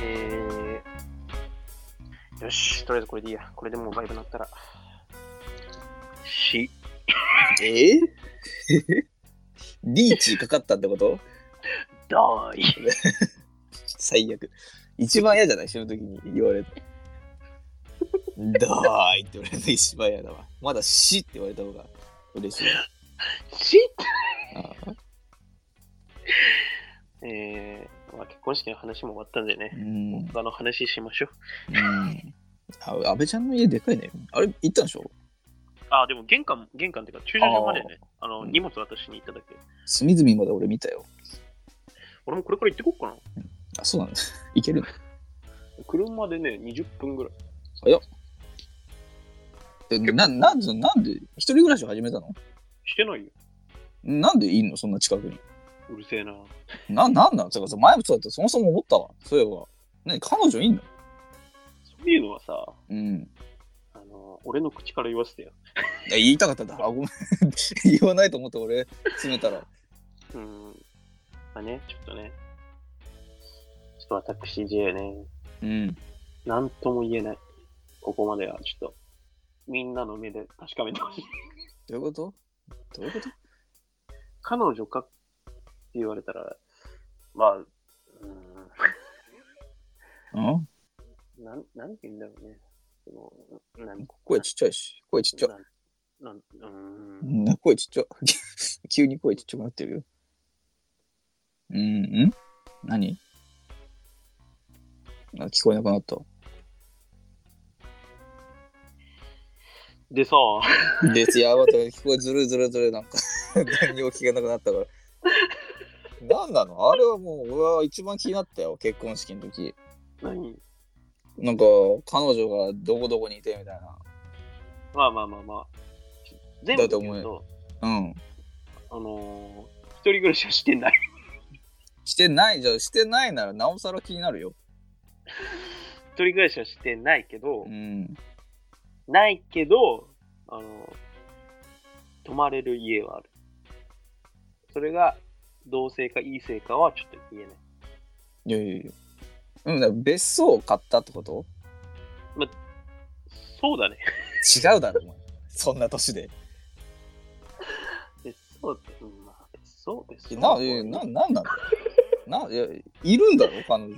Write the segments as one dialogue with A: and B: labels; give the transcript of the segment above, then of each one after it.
A: えー、よし、とりあえずこれでいいや。これでもうバイブなったら。し、
B: ええ リーチかかったってこと
A: だーい。
B: 最悪。一番嫌じゃない死ぬ時に言われた。だーいって言われた一番嫌だわ。まだ死って言われた方が嬉しい。
A: し
B: ああ
A: えー、まあ、結婚式の話も終わったんで
B: う
A: ね。
B: ん。うん。
A: 他の話しましょう。
B: あ安倍ちゃんの家でかいね。あれ、行ったんでしょ
A: あ、でも玄関、玄関っていうか駐車場までね、あの、
B: うん
A: 荷物渡しに行っただけ。
B: 隅々まで俺見たよ。
A: 俺もこれから行ってこっかな。
B: あ、そうなんだ。行けるの
A: 車でね、20分ぐらい。
B: でななんで、なんで、一人暮らしを始めたの
A: してないよ。
B: なんでいんのそんな近くに。
A: うるせえな。
B: な、なんなんつうかさ、前もそうだったそもそも思ったわ。そういえば。ね、彼女いんの
A: そういうのはさ、
B: うん。
A: あの、俺の口から言わせてよ。
B: いや言いたかったんだ。あ、ごめん。 言わないと思って俺、詰めたら。
A: うん。まあね、ちょっとね。ちょっと私 J ね、
B: うん。
A: なんとも言えない。ここまではちょっと、みんなの目で確かめてほしい。
B: どういうことどういうこと
A: 彼女かって言われたら、まあ、う
B: うん
A: ん、なん、なんて言うんだろうね。その、なん、
B: 声ちっちゃいし。声ちっちゃ。
A: なん、なん、う、
B: うんん、声ちっちゃ。 急に声ちっちゃくなってるよ。うん、うん何あ、聞こえなくなった。
A: でさ、
B: ですやばと聞こえずるずるずるなんか 何を聞けなくなったから何なのあれはもう俺は一番気になったよ結婚式の時
A: 何
B: なんか彼女がどこどこにいてみたい
A: まあまあまあまあ。全部だ
B: だと
A: け
B: 思うよ
A: ど、
B: なうん
A: あのー、一人暮らしはしてない。
B: してないじゃんしてないならなおさら気になるよ
A: 一人暮らしはしてないけど、
B: うん
A: ないけど、あの、泊まれる家はある。それが、同性か異性かはちょっと言えない。
B: いやいやいやうん、だから別荘を買ったってこと
A: そうだね。
B: 違うだろお前そんな年で
A: 別荘って、うん、まあ、別荘、別荘。
B: いやないやななんなんだよないやいるんだろ彼女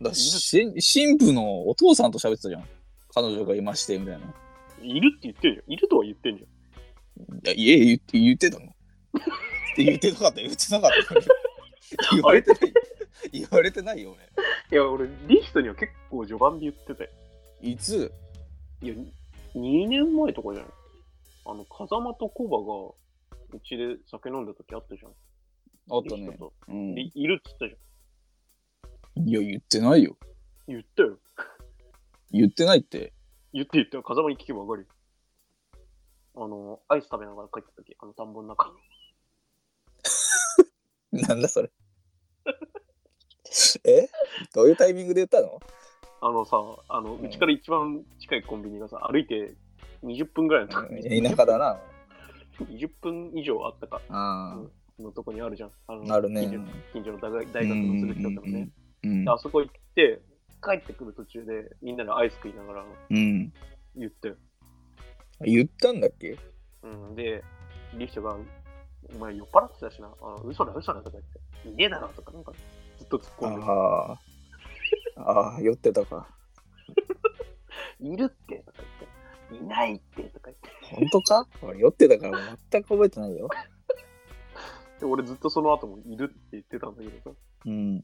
B: だし新婦のお父さんと喋ってたじゃん彼女がいましてみたいない
A: るって言ってんじゃん。いるとは言ってんじゃん。
B: いや、いえ、言って、言ってたのって言ってなかったよ。言ってなかったよ。言われてない。言われてないよ、
A: いや、俺、リストには結構序盤で言ってたよ。
B: 俺。いつ
A: いや、2年前とかじゃないあの、風間とコバが、うちで酒飲んだ時あったじゃん。
B: あ
A: あ
B: ったね。うん。い
A: いいるっつったじゃん。
B: や、言ってないよ。
A: 言ったよ。
B: 言ってないって。
A: 言って言ったよ。風間に聞けばわかるよ。あの、アイス食べながら帰った時、あの田んぼの中。
B: なんだそれ。えどういうタイミングで言ったの
A: あのさ、あの、
B: うん
A: うちから一番近いコンビニがさ、歩いて20分ぐらいのとこに、
B: 田舎だな。
A: 20分以上あったか
B: あ
A: のとこにあるじゃん。あの
B: あ。なるね。
A: 近所近所の大学大学のすぐ近くのね。
B: うん
A: であそこ行って、帰ってくる途中で、みんなでアイス食いながら
B: うん。
A: 言ったよ。
B: 言ったんだっけ
A: うん、で、リヒトが、お前酔っ払ってたしな、あの嘘だ嘘だとか言って、いねえだろとか、なんかずっと突っ込んでた、
B: ああ。ああ、酔ってたか。
A: いるってとか言って、いないってとか言って。
B: 本当か俺酔ってたから全く覚えてないよ。
A: で俺ずっとその後もいるって言ってたんだけどさ、
B: うん。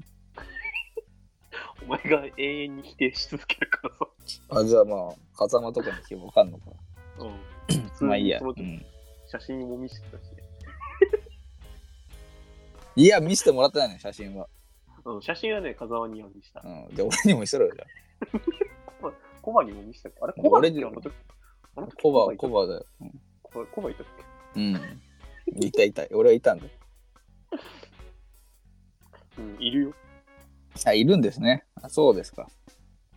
A: お前が永遠に否定し続けるからさ。
B: あじゃあまあ風間とかに聞けばわかんのか
A: うん。普通
B: まあいい
A: に
B: や、
A: その
B: うん
A: 写真も見せてたし、
B: いや見せてもらってないのよ写真は、
A: うん、写真はね、風間には見せた
B: う。ん、で俺にも見せろよじゃ
A: コバにも見せたっけあれ
B: うん
A: コバ
B: 俺
A: って
B: に
A: あの時あの
B: あ
A: 時
B: コバ
A: いた
B: コバだようん
A: コバコバいたっ
B: うんいたいた俺はいたんだ
A: けうん、いるよ。
B: あいるんですねあそうですか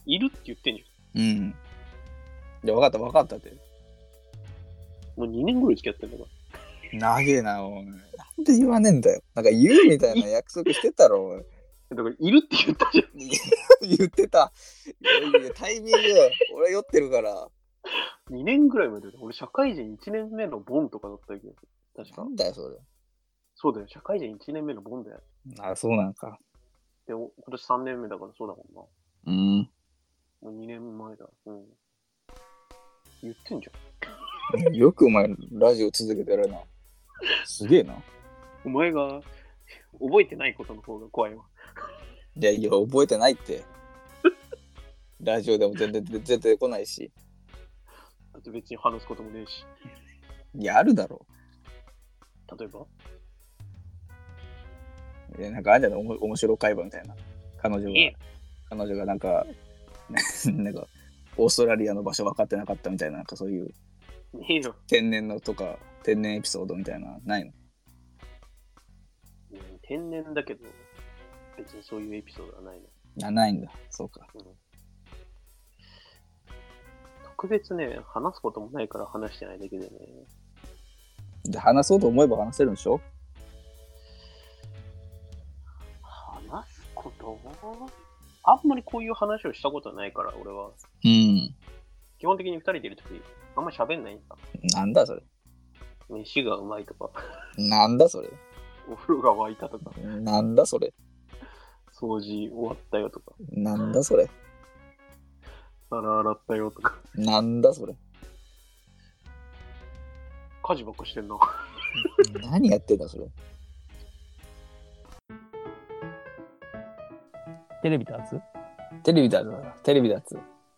A: いるって言ってんじ
B: うんで分かった分かったって
A: ゃん。もう2年ぐらい付き合ってんだから。
B: 長えなおいなんで言わねえんだよなんか言うみたいな約束してたろおい
A: だから、いるって言ったじゃん。
B: 言ってた。いやいやタイミング、俺酔ってるから。
A: 2年ぐらいまでだよ俺、社会人1年目のボンとかだったけど。確
B: な
A: か。
B: んだよ、それ。
A: そうだよ。社会人1年目のボンだよ。
B: あ、そうなんか。
A: で、お今年3年目だからそうだもんな。
B: うん。
A: もう2年前だ。うん。言ってんじゃ
B: よくお前、ラジオ続けてやるな。すげえな。
A: ん。お前が覚えてないことの方が怖いわ。
B: いやいや、覚えてないって。ラジオでも全然出出てこないし。
A: だって別に話すこともねえし。
B: いや、あるだろ。
A: 例えば
B: いやなんかあんじゃないおも面白会話みたいな。彼女が
A: え、
B: 彼女がなんか、なんか、オーストラリアの場所分かってなかったみたいな、なんかそういう
A: ねえよ。
B: 天然のとか、天然エピソードみたいな、ないの
A: うん天然だけど、別にそういうエピソードはないね。
B: なないんだ。そうか。
A: 特別ね、話すこともないから話してないだけでね。
B: で、話そうと思えば話せるんでしょ
A: 話すことあんまりこういう話をしたことないから、俺は。
B: うん。
A: 基本的に2人でいるとき、あんまり喋んないんだ。
B: なんだそれ。
A: 飯がうまいとか、
B: なんだそれ。
A: お風呂が沸いたとか、
B: なんだそれ。
A: 掃除終わったよとか、
B: なんだそれ。
A: 皿洗ったよとか、
B: なんだそれ。
A: 家事ばっかしてんな。
B: 何やってんだそれ。
C: テレビターズ
B: テレビだぞ。テレビだつ。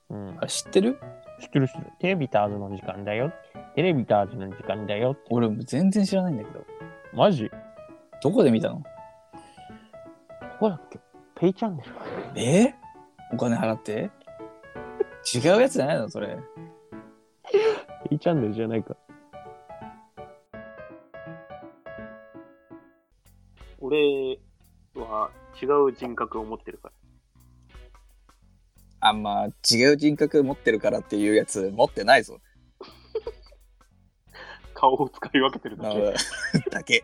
C: うん
B: あ。れ知ってる
C: 知ってる知ってる。テレビターズの時間だよ。テレビターズの時間だよ。
B: 俺も全然知らないんだけど。
C: マジ
B: どこで見たの
C: どこだっけペイチャンネル
B: えーお金払って違うやつじゃないのそれ。
C: ペイチャンネルじゃないか。
A: 俺は違う人格を持ってるから。
B: あんま違う人格持ってるからっていうやつ持ってないぞ。
A: 顔を使い分けてるだ
B: な
A: け。
B: だけ。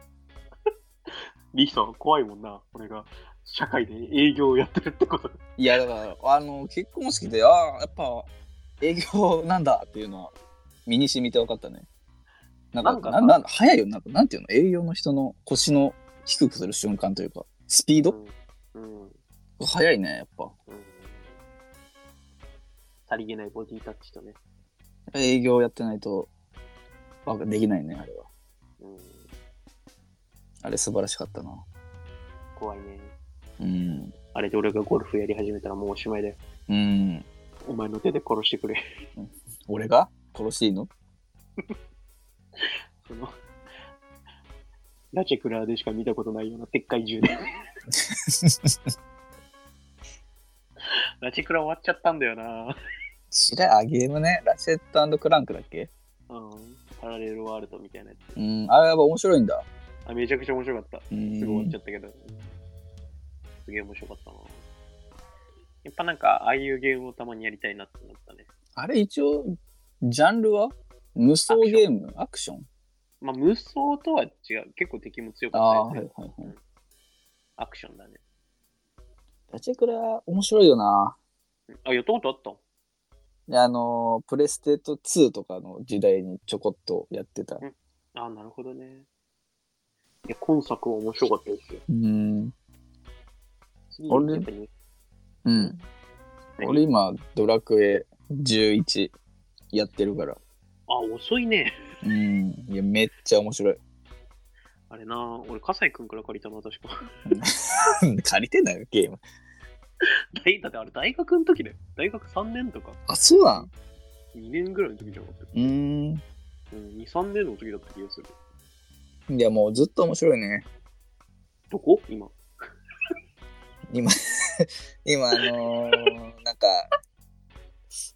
A: リヒさん怖いもんな、俺が社会で営業をやってるってこと。
B: いやだから、あの、結婚式で、ああ、やっぱ営業なんだっていうのは身に染みて分かったね。なんか、
A: な
B: なんん
A: か
B: なん早いよ。なんか、なんていうの営業の人の腰の低くする瞬間というか、スピード、
A: うんうん
B: 早いね、やっぱ。
A: うんさりげないボディタッチとね。
B: 営業やってないと、わかできないね、あれは。
A: うん、
B: あれ素晴らしかったな。
A: 怖いね。
B: うん。
A: あれで俺がゴルフやり始めたらもうおしまいだよ。
B: うん。
A: お前の手で殺してくれ。
B: 俺が殺していい の
A: そのラチェクラーでしか見たことないようなでっかい銃で。 ラチェクラ終わっちゃったんだよな。
B: 知らんあ、ゲームね。ラチェットクランクだっけ
A: うん。パラレルワールドみたいなやつ。
B: うん。あれやっぱ面白いんだ。
A: あ、めちゃくちゃ面白かった。
B: う
A: すぐ終わっ
B: ん
A: ちゃ。ったけど。すげえ面白かったな。やっぱなんか、ああいうゲームをたまにやりたいなってなったね。
B: あれ一応、ジャンルは無双ゲームアクション
A: まあ、無双とは違う。結構敵も強か
B: ああ、
A: った
B: はい
A: で
B: は
A: す
B: い
A: ね。
B: はい。
A: アクションだね。
B: ラチェクラ面白いよな。
A: うんあ、やったことあった
B: であのー、プレステと2とかの時代にちょこっとやってた。
A: あ、なるほどね。いや、今作は面白かったですよ。
B: うん。
A: 次
B: あれ
A: やっぱり
B: うん。
A: 何
B: 俺今、ドラクエ11やってるから。
A: あ、遅いね。
B: うん。いや、めっちゃ面白い。
A: あれな、俺、笠井くんから借りたな、確か。
B: 借りてんだよ、ゲーム。
A: 大だってあれ、大学の時だよ。大学3年とか、
B: あ、そうなん
A: 2年ぐらいの時じゃなかったっけ
B: う
A: う
B: ん。
A: ん、2、3年の時だった気がする。
B: いや、もうずっと面白いね。
A: どこ今。
B: 今、今、あのー、なんか、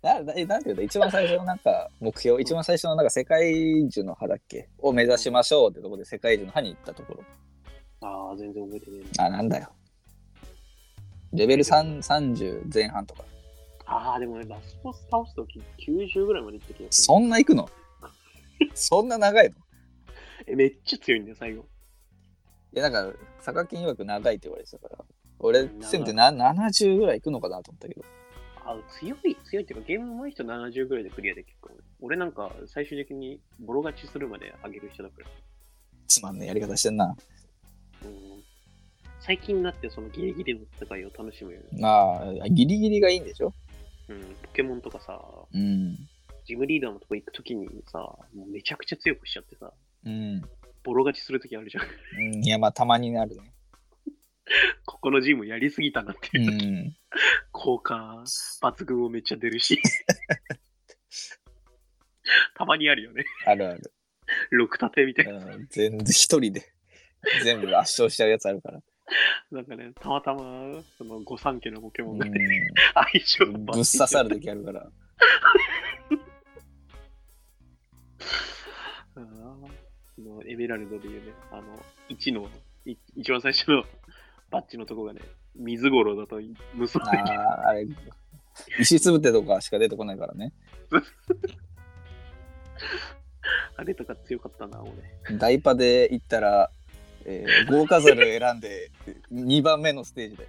B: ななえなんていうんだ一番最初のなんか目標一番最初のなんか世界一の歯だっけを目指しましょうってところで世界一の歯に行ったところ
A: ああ、全然覚えてねえな。
B: あなんだよレベル3 30前半とか
A: ああ、でもね、ラスボス倒すとき90ぐらいまで行った気がする。
B: そんな行くのそんな長いのい
A: えめっちゃ強いんだよ、最後。
B: やなんか、サカキン曰く長いって言われてたから、俺せめてな70ぐらいいくのかなと思ったけど
A: あ、強い、強いっていうか、ゲーム上手い人70ぐらいでクリアできるから、俺なんか最終的にボロ勝ちするまで上げる人だから。
B: つまんねえやり方してんな
A: うん最近になってそのギリギリの戦いを楽しむよね。
B: まあギリギリがいいんでしょ
A: うん、ポケモンとかさ、
B: うん
A: ジムリーダーのとこ行くときにさ、もうめちゃくちゃ強くしちゃってさ、
B: うん
A: ボロ勝ちするときあるじゃん。
B: うんいやまあたまになる ね
A: ここのジムやりすぎたなって
B: う
A: いう、
B: ん
A: 効果抜群をめっちゃ出る し。たまにあるよね。
B: あるある、
A: 6立てみたいな。
B: うん、全然一人で全部圧勝しちゃうやつあるから
A: なんかね、たまたま、その御三家のポケモンがね、
B: う
A: 相性
B: んぶ
A: バ
B: っ
A: ッチリ
B: 刺さる時あるから
A: うんそのエメラルドでいうね、あの、1の、い一番最初のバッチのとこがね、水五郎だと無双
B: あ
A: できる
B: ーあれ石つぶてとかしか出てこないからね
A: あれとか強かったな、俺。
B: ダイパで行ったら、えー、豪華ザル選んで2番目のステージ で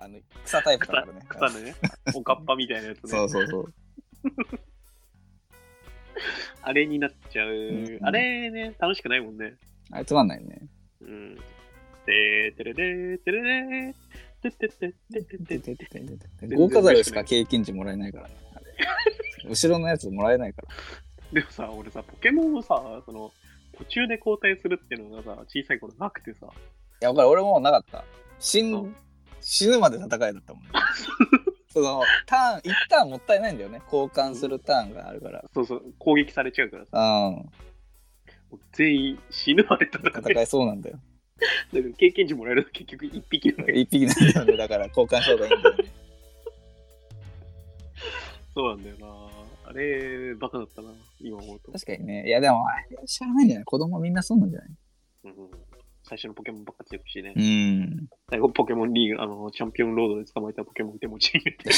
B: あの草タイプだからね
A: 草のね、おかっぱみたいなやつね。
B: そうそうそう
A: あれになっちゃう。
B: ん
A: あれね、楽しくないもんね。
B: あれつまんないね
A: うん。でーてれでーてれでーてってってってってってって
B: 豪華ザルしか経験値もらえないからねあれ後ろのやつもらえないから
A: でもさ、俺さ、ポケモンをさ、その、途中で交代するっていうのがさ、小さい頃なくてさ、
B: いや、これ俺もなかった。死
A: そ
B: ん
A: う
B: 死ぬまで戦いだった もん、ね。そのターン、一ターンもったいないんだよね。交換するターンがあるから。
A: そうそう、攻撃されちゃうからさ、
B: うん、
A: 全員死ぬまで戦って、
B: 戦いそうなんだ よ。
A: だから経験値もらえるの結局一匹なんだけど
B: 一匹なんだよね。だから交換した方がいいんだよ ね。
A: そうなんだよな。あれ、バカだったな、今思うと。
B: 確かにね。いや、でも、あれ知らないんじゃない子供みんなそうなんじゃない
A: うんうん最初のポケモンばっか強くしてね。
B: う
A: 最後、ポケモンリーグ、あの、チャンピオンロードで捕まえたポケモン手持ちに入れて。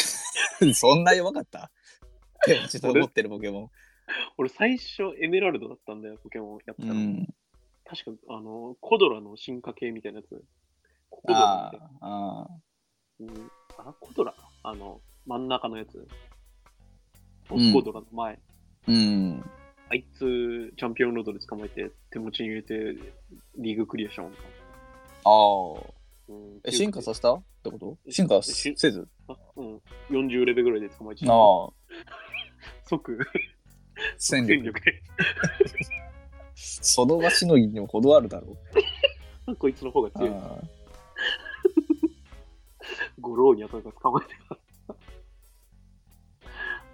B: ん。そんな弱かった手持ちと思ってるポケモ
A: 俺、最初、エメラルドだったんだよ、ポケモンやって
B: ン。
A: た
B: う
A: の。
B: ん。
A: 確か、あの、コドラの進化系みたいなやつ。コドラ
B: あ
A: って
B: ーあ
A: うんあ、コドラあの、真ん中のやつ。ボスコドラの前。
B: ー。うん。
A: あいつ、チャンピオンロードで捕まえて、手持ちに入れて、リーグクリアしたもんな。
B: ああ。
A: うん
B: え、進化させたってこと進化せず
A: あうん、40レベルぐらいで捕まえちゃう。
B: ああ。
A: 即、
B: 戦
A: 戦
B: 力。
A: 力で。
B: その場しのぎにも程あるだろう。
A: こいつの方が強い。
B: あ
A: ゴローに頭が捕まえてた。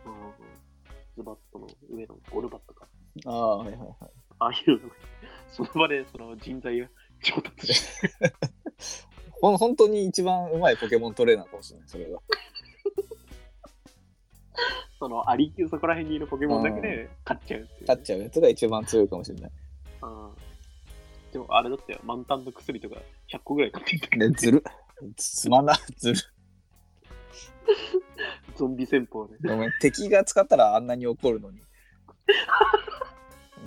A: うんズバットの上のゴルバットか。
B: ーあー、はいはいはい。
A: ああいうのが、その場でその人材を調達して、
B: ほん本当に一番うまいポケモントレーナーかもしれない、それが。
A: そのありきそこら辺にいるポケモンだけで勝っちゃうっていうね、
B: 勝っちゃうやつが一番強いかもしれない。
A: うんでもあれだったよ、満タンの薬とか100個ぐらい買っていったけど
B: で、ずる。つつまんな、 ずる。
A: ゾンビ戦法で。
B: ごめん、敵が使ったらあんなに怒るの に。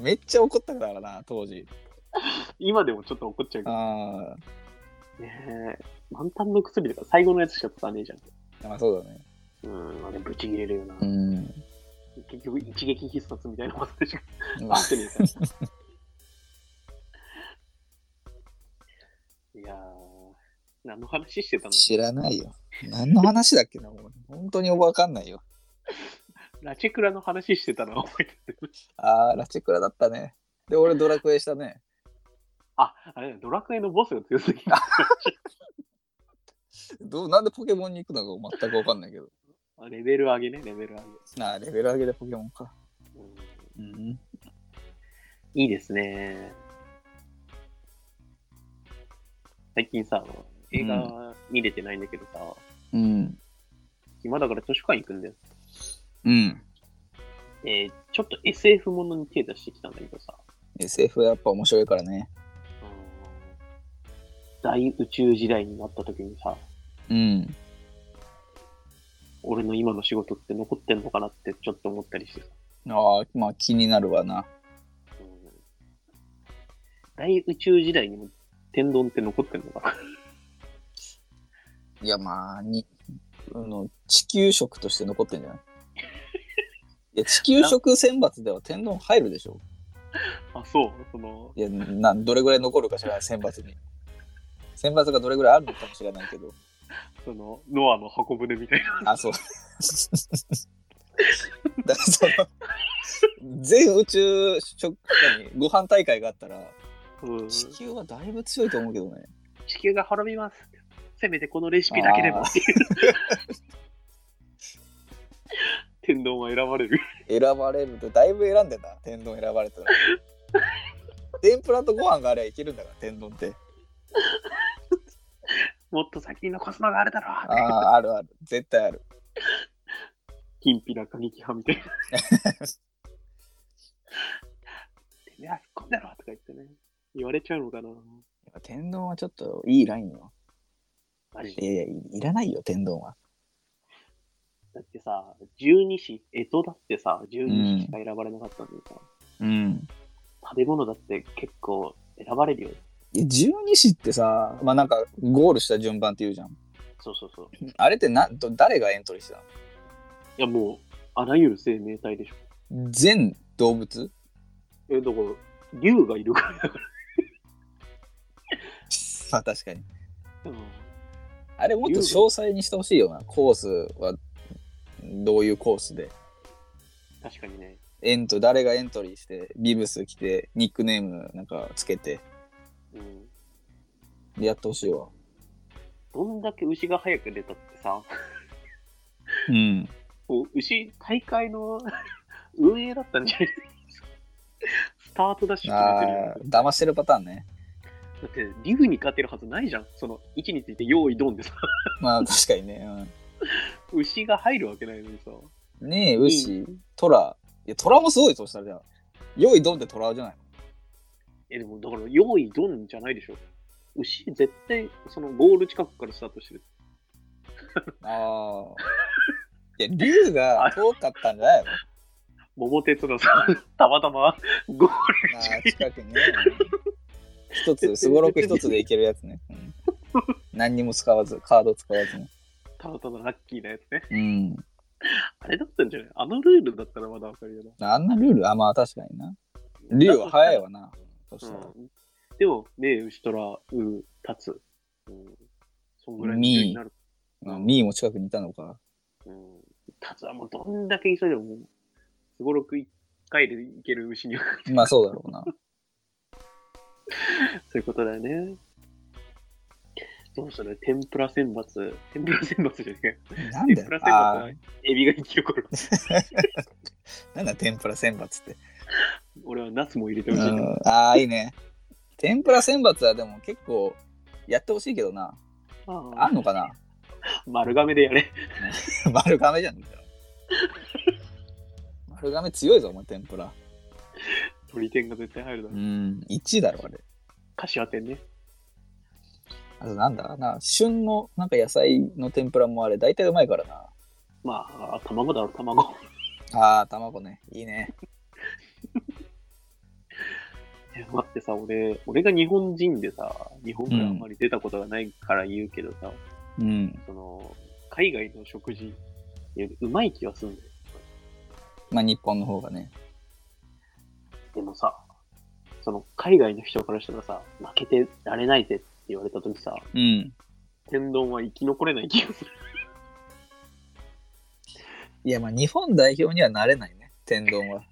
B: めっちゃ怒ったからな、当時。
A: 今でもちょっと怒っちゃうけど。
B: あ
A: ねえ満タンの薬とか最後のやつしか使わねえじゃん。
B: あ、まあそうだね。
A: うん、あれぶち切れるよな。
B: うん。
A: 結局、一撃必殺みたいなことでしか
B: ま
A: 合
B: あ
A: ってねえから。 いやー、何の話してたんだっけ
B: 知らないよ。何の話だっけな、もう。本当にわかんないよ。
A: ラチェクラの話してたのは覚えてる。
B: ああ、ラチェクラだったね。で、俺ドラクエしたね。
A: あ、あれだ、ドラクエのボスが強すぎた。
B: どうなんでポケモンに行くのか全くわかんないけど。
A: レベル上げね、レベル上
B: なあ、レベル上げでポケモンか。
A: げ。うん
B: うん。
A: いいですね。最近さ、映画見れてないんだけどさ、
B: うん。
A: 今だから図書館行くんだよ。
B: うん。
A: えーちょっと SF ものに手出してきたんだけどさ、
B: SF やっぱ面白いからね。
A: うーん大宇宙時代になった時にさ、
B: うん。
A: 俺の今の仕事って残ってんのかなってちょっと思ったりしてさ。
B: ああ、まあ気になるわな。
A: うん大宇宙時代にも天丼って残ってんのか
B: いや、まあ、に、あの、地球食として残ってんじゃない いや、地球食選抜では天丼入るでしょ
A: な あ、そう。その、
B: いや、な、どれぐらい残るか知らない、選抜に。選抜がどれぐらいあるのかもしれないけど。
A: その、ノアの箱舟みたいな。
B: あ、 そう。だからその、全宇宙食、何ご飯大会があったら、
A: うん
B: 地球はだいぶ強いと思うけどね。
A: 地球が滅びます。せめてこのレシピだけでもっていう。 天丼は選ばれる。
B: 選ばれると、だいぶ選んでんだ、天丼選ばれたら。天ぷらとご飯があればいけるんだから、天丼って。
A: もっと先に残すのがあるだろ
B: あ
A: う。
B: あ、あるある。絶対ある。
A: きんぴらかにきはみたいな。てめえ、あそこだろとか言ってね。言われちゃうのかな。
B: 天丼はちょっといいラインよ。
A: マジ
B: い
A: で。
B: やいや、いいらないよ、天丼は。
A: だってさ、十二支、えとだってさ、十二支しか選ばれなかったんだよさ、
B: うん。
A: 食べ物だって結構選ばれるよ。
B: 十二支ってさ、まあなんかゴールした順番って言うじゃん。
A: そうそうそう。
B: あれってなど誰がエントリーした
A: いやもう、あらゆる生命体でしょ。
B: の全動物
A: え、だから、竜がいるからだか
B: まあ確かに。
A: ら。
B: あれもっと詳細にしてほしいよな。コースはどういうコースで。
A: 確かにね。
B: エント誰がエントリーして、ビブス着て、ニックネームなんかつけて、
A: うん。
B: でやってほしいわ。
A: どんだけ牛が早く出たってさ、
B: うん。
A: もう牛、大会の 運営だったんじゃないスタートダッシュ決めてる
B: ああ、騙してるパターンね。
A: だって、リフに勝てるはずないじゃん。その、位置について用意ドンでさ、
B: まあ確かにね。うん
A: 牛が入るわけないのにさ。
B: ねえ、牛、トラ。いや、トラもすごいとしたらじゃあ。良いドンってトラじゃない
A: え、でも、だから、用意ドンじゃないでしょ。牛、絶対、その、ゴール近くからスタートしてる。
B: の。ああ。いや、竜が遠かったんじゃ ないの
A: 桃鉄のさ、 たまたま、ゴール
B: あ
A: 近
B: ー近くにね。一つ、すごろく一つでいけるやつね。うん何にも使わず、カード使わずね。
A: たまたまラッキーなやつね。
B: うん。
A: あれだったんじゃないあのルールだったらまだわかるよな。
B: あんなルール、あ、まあ確かにな。竜は早いわな。そしたら。
A: うんでも、ねえ、牛虎、う、立つ。うん。そんぐらいの勢いになる。
B: うんミーも近くにいたのか。
A: うん。立つはもうどんだけ急いでももう、すごろく一回でいける牛には、
B: まあそうだろ うな。
A: そういうことだよね。どうしたら天ぷら選抜、天ぷら選抜じゃねえ
B: なん
A: 天
B: だ
A: ぷら
B: よ。
A: 選抜
B: あ
A: はエビが生き残る。
B: ーなんだ、天ぷら選抜って。
A: 俺はナスも入れて
B: う
A: ほしいな。
B: ん、ああ、いいね。天ぷら選抜はでも結構やってほしいけどな。
A: あ
B: あんの かな
A: 丸亀でやれ。
B: 丸亀じゃん。丸亀強いぞ、お前天ぷら。
A: 鳥天が絶対入るだろ
B: う。ん、1位だろ、あれ。
A: 菓子当てね。
B: あとなんだな、旬のなんか野菜の天ぷらもあれ、大体うまいからな。
A: まあ、卵だろ、卵。
B: ああ、卵ね。いいね。
A: え待ってさ、俺、俺が日本人でさ、日本からあんまり出たことがないから言うけどさ、
B: うん。
A: その、海外の食事、いやうまい気がするんだよ。
B: まあ日本の方がね。
A: でもさ、その、海外の人からしたらさ、負けてられないぜって言われたときさ、
B: うん。
A: 天丼は生き残れない気がする。
B: いや、まあ日本代表にはなれないね、天丼は。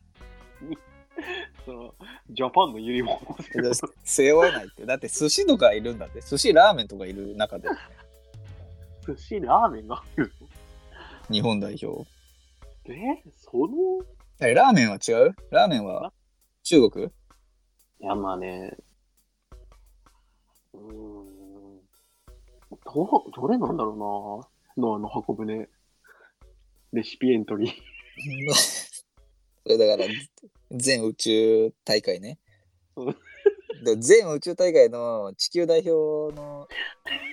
A: その、ジャパンのユニフォームを背負う
B: 背負えないって。だって寿司とかいるんだって。寿司、ラーメンとかいる中で、
A: 寿司、ラーメンがあるの。
B: 日本代表。
A: えその、
B: え、ラーメンは違うラーメンは中国
A: いや、まあね。うーん。ど、どれなんだろうな。のあの箱舟。レシピエントリー。
B: それだから、全宇宙大会ね
A: うん。
B: で全宇宙大会の地球代表の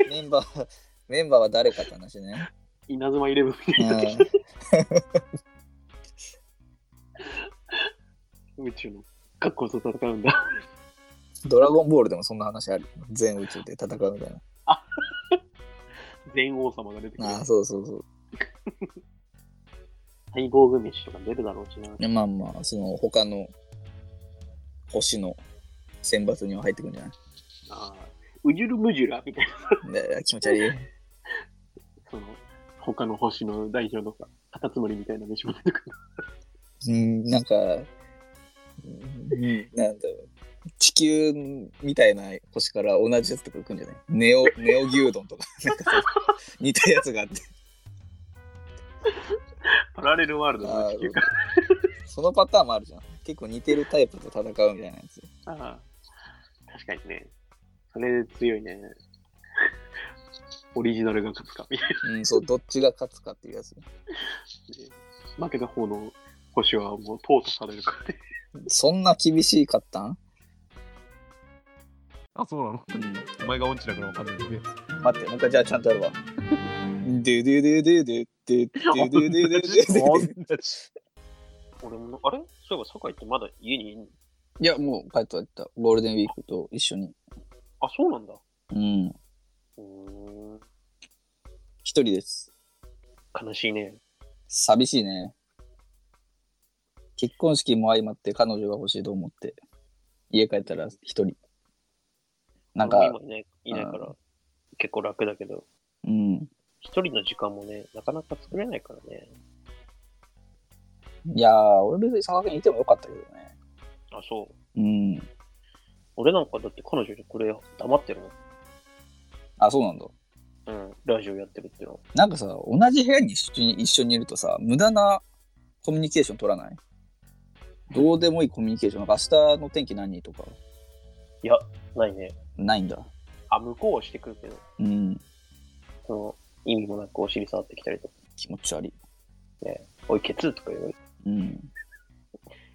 B: メンバー、 メンバーは誰かって話ね。
A: 稲妻イレブンみた
B: う
A: いな時
B: ん、
A: 宇宙の格好と戦うんだ。
B: ドラゴンボールでもそんな話ある。全宇宙で戦うみたい
A: 全王様が出てくる
B: な。あ。あ、そうそうそう。
A: 大豪組飯とか出るだろうしな。
B: いやまあまあ、その他の星の選抜には入ってくるんじゃない
A: ああうじゅるむじゅらみたいな、
B: ね気持ち悪い。
A: その、他の星の代表のさ、カタツムリみたいな飯も出てくる。
B: うん、なんか、うん、なんだろう。地球みたいな星から同じやつとか来るんじゃないネオネオ牛丼と かなんかそう似たやつがあって
A: パラレルワールドの地球か。
B: そのパターンもあるじゃん結構似てるタイプと戦うみたいなやつ
A: ああ確かにね。それ強いね。オリジナルが勝つかみたい
B: うんそうどっちが勝つかっていうやつ
A: な。負けた方の星はもう淘汰されるからね。
B: そんな厳しかったん、
A: あ、そうなのお前がオンチだからわかんないね。
B: 待ってもう一回じゃあちゃんとやるわドゥドゥドゥドゥドゥドゥドゥドゥドゥドゥドゥドゥ
A: 俺もな、あれそういえば、酒井ってまだ家にいんの
B: いやもう帰った帰ったゴールデンウィークと一緒に
A: あ、そうなんだ。
B: うん
A: うーん。
B: 一人です
A: 悲しいね。
B: 寂しいね。結婚式も相まって彼女が欲しいと思って、家帰ったら一人。なんか
A: 俺、も今いないいないから、結構楽だけど、
B: うん。
A: 一人の時間もね、なかなか作れないからね。
B: いやー、俺別に佐賀県にいてもよかったけどね。
A: あ、そう。
B: うん。
A: 俺なんかだって彼女にこれ黙ってるの。
B: あ、そうなんだ。
A: うん。ラジオやってるっていうの。
B: なんかさ、同じ部屋に一緒に一緒にいるとさ、無駄なコミュニケーション取らないどうでもいいコミュニケーション。なんか明日の天気何とか、
A: ないね。
B: ないんだ。
A: あ、向こうはしてくるけど、
B: うん。
A: その、意味もなくお尻触ってきたりとか、
B: 気持ち悪い。
A: おい、ケツとか言われて、
B: うん。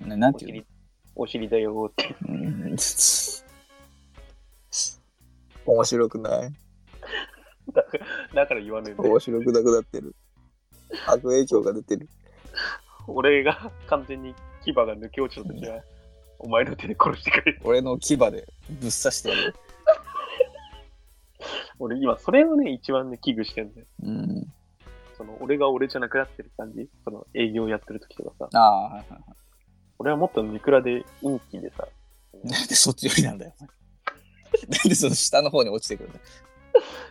B: ななん
A: お
B: ていうの
A: 尻、お尻だよって。
B: うん面白くない
A: だからだから言わねえんだよ
B: 面白くなくなってる。悪影響が出てる。
A: 俺が完全に牙が抜け落ちた時は、お前の手で殺してくれ。
B: 俺の牙でぶっ刺してやる。
A: 俺今、それをね、一番ね、危惧してんだよ。
B: うん。
A: その、俺が俺じゃなくなってる感じ。その、営業やってる時とかさ。
B: ああ、はいはいは
A: 俺はもっとミクラでインキでさ、
B: い。なんでそっち寄りなんだよ。なんでその下の方に落ちてくるんだ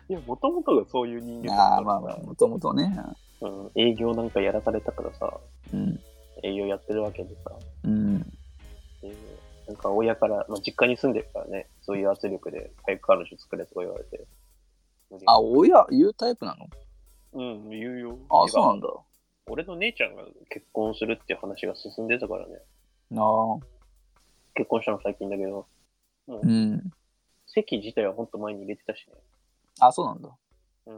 A: いや、もともとがそういう人間だ
B: あ
A: か
B: あ、
A: ら
B: まあまあ、もともとね。
A: うん、営業なんかやらされたからさ、
B: うん。
A: 営業やってるわけでさ、
B: うん。
A: でなんか親から、まあ、実家に住んでるからね、そういう圧力で、早く彼女作れとか言われて。
B: あ、親、言うタイプなの
A: うん、言うよ。
B: ああ、
A: てか
B: そうなんだ。
A: 俺の姉ちゃんが結婚するっていう話が進んでたからね、
B: なあ。
A: 結婚したの最近だけど、もう
B: うん。
A: 席自体はほんと前に入れてたしね、
B: あそうなんだ。
A: うん、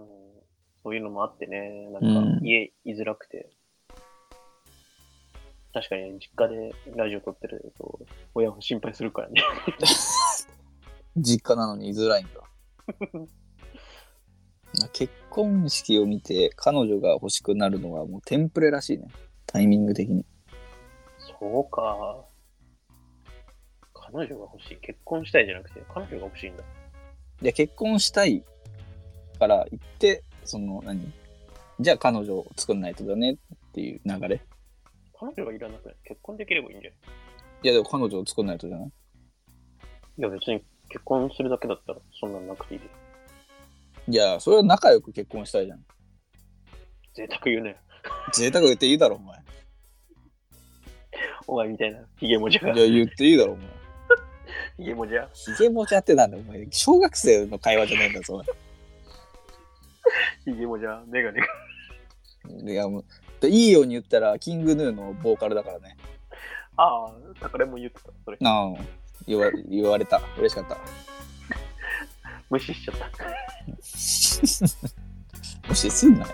A: そういうのもあってね、な
B: うん
A: か
B: ん
A: 家居づらくて、確かに、ね、実家でラジオ撮ってると、親も心配するからね。
B: 実家なのに居づらいんだ。 な結婚式を見て彼女が欲しくなるのはもうテンプレらしいね。タイミング的に。
A: そうか。彼女が欲しい。結婚したいじゃなくて、彼女が欲しいんだ。
B: いや結婚したいから言ってその何じゃあ彼女を作んないとだねっていう流れ
A: 彼女がいらなくない結婚できればいいんじゃない
B: いやでも彼女を作んないとじゃない
A: いや、別に結婚するだけだったら、そんなんなくていいで。
B: いやそれは仲良く結婚したいじゃん
A: 贅沢言うね。
B: 贅沢言っていいだろお前
A: お前みたいな、ヒゲもじゃが
B: い。や言っていいだろお前
A: ヒゲもじゃ。
B: ひげ持ち合ってたんだよお前小学生の会話じゃないんだぞ
A: ヒゲもじゃ。メガネが。
B: お前いやもうでいいように言ったらキングヌーのボーカルだからね
A: ああ、宝も言ってた。それ。
B: なあ言わ言われた嬉しかった
A: 無視しちゃった。
B: もしすんなよ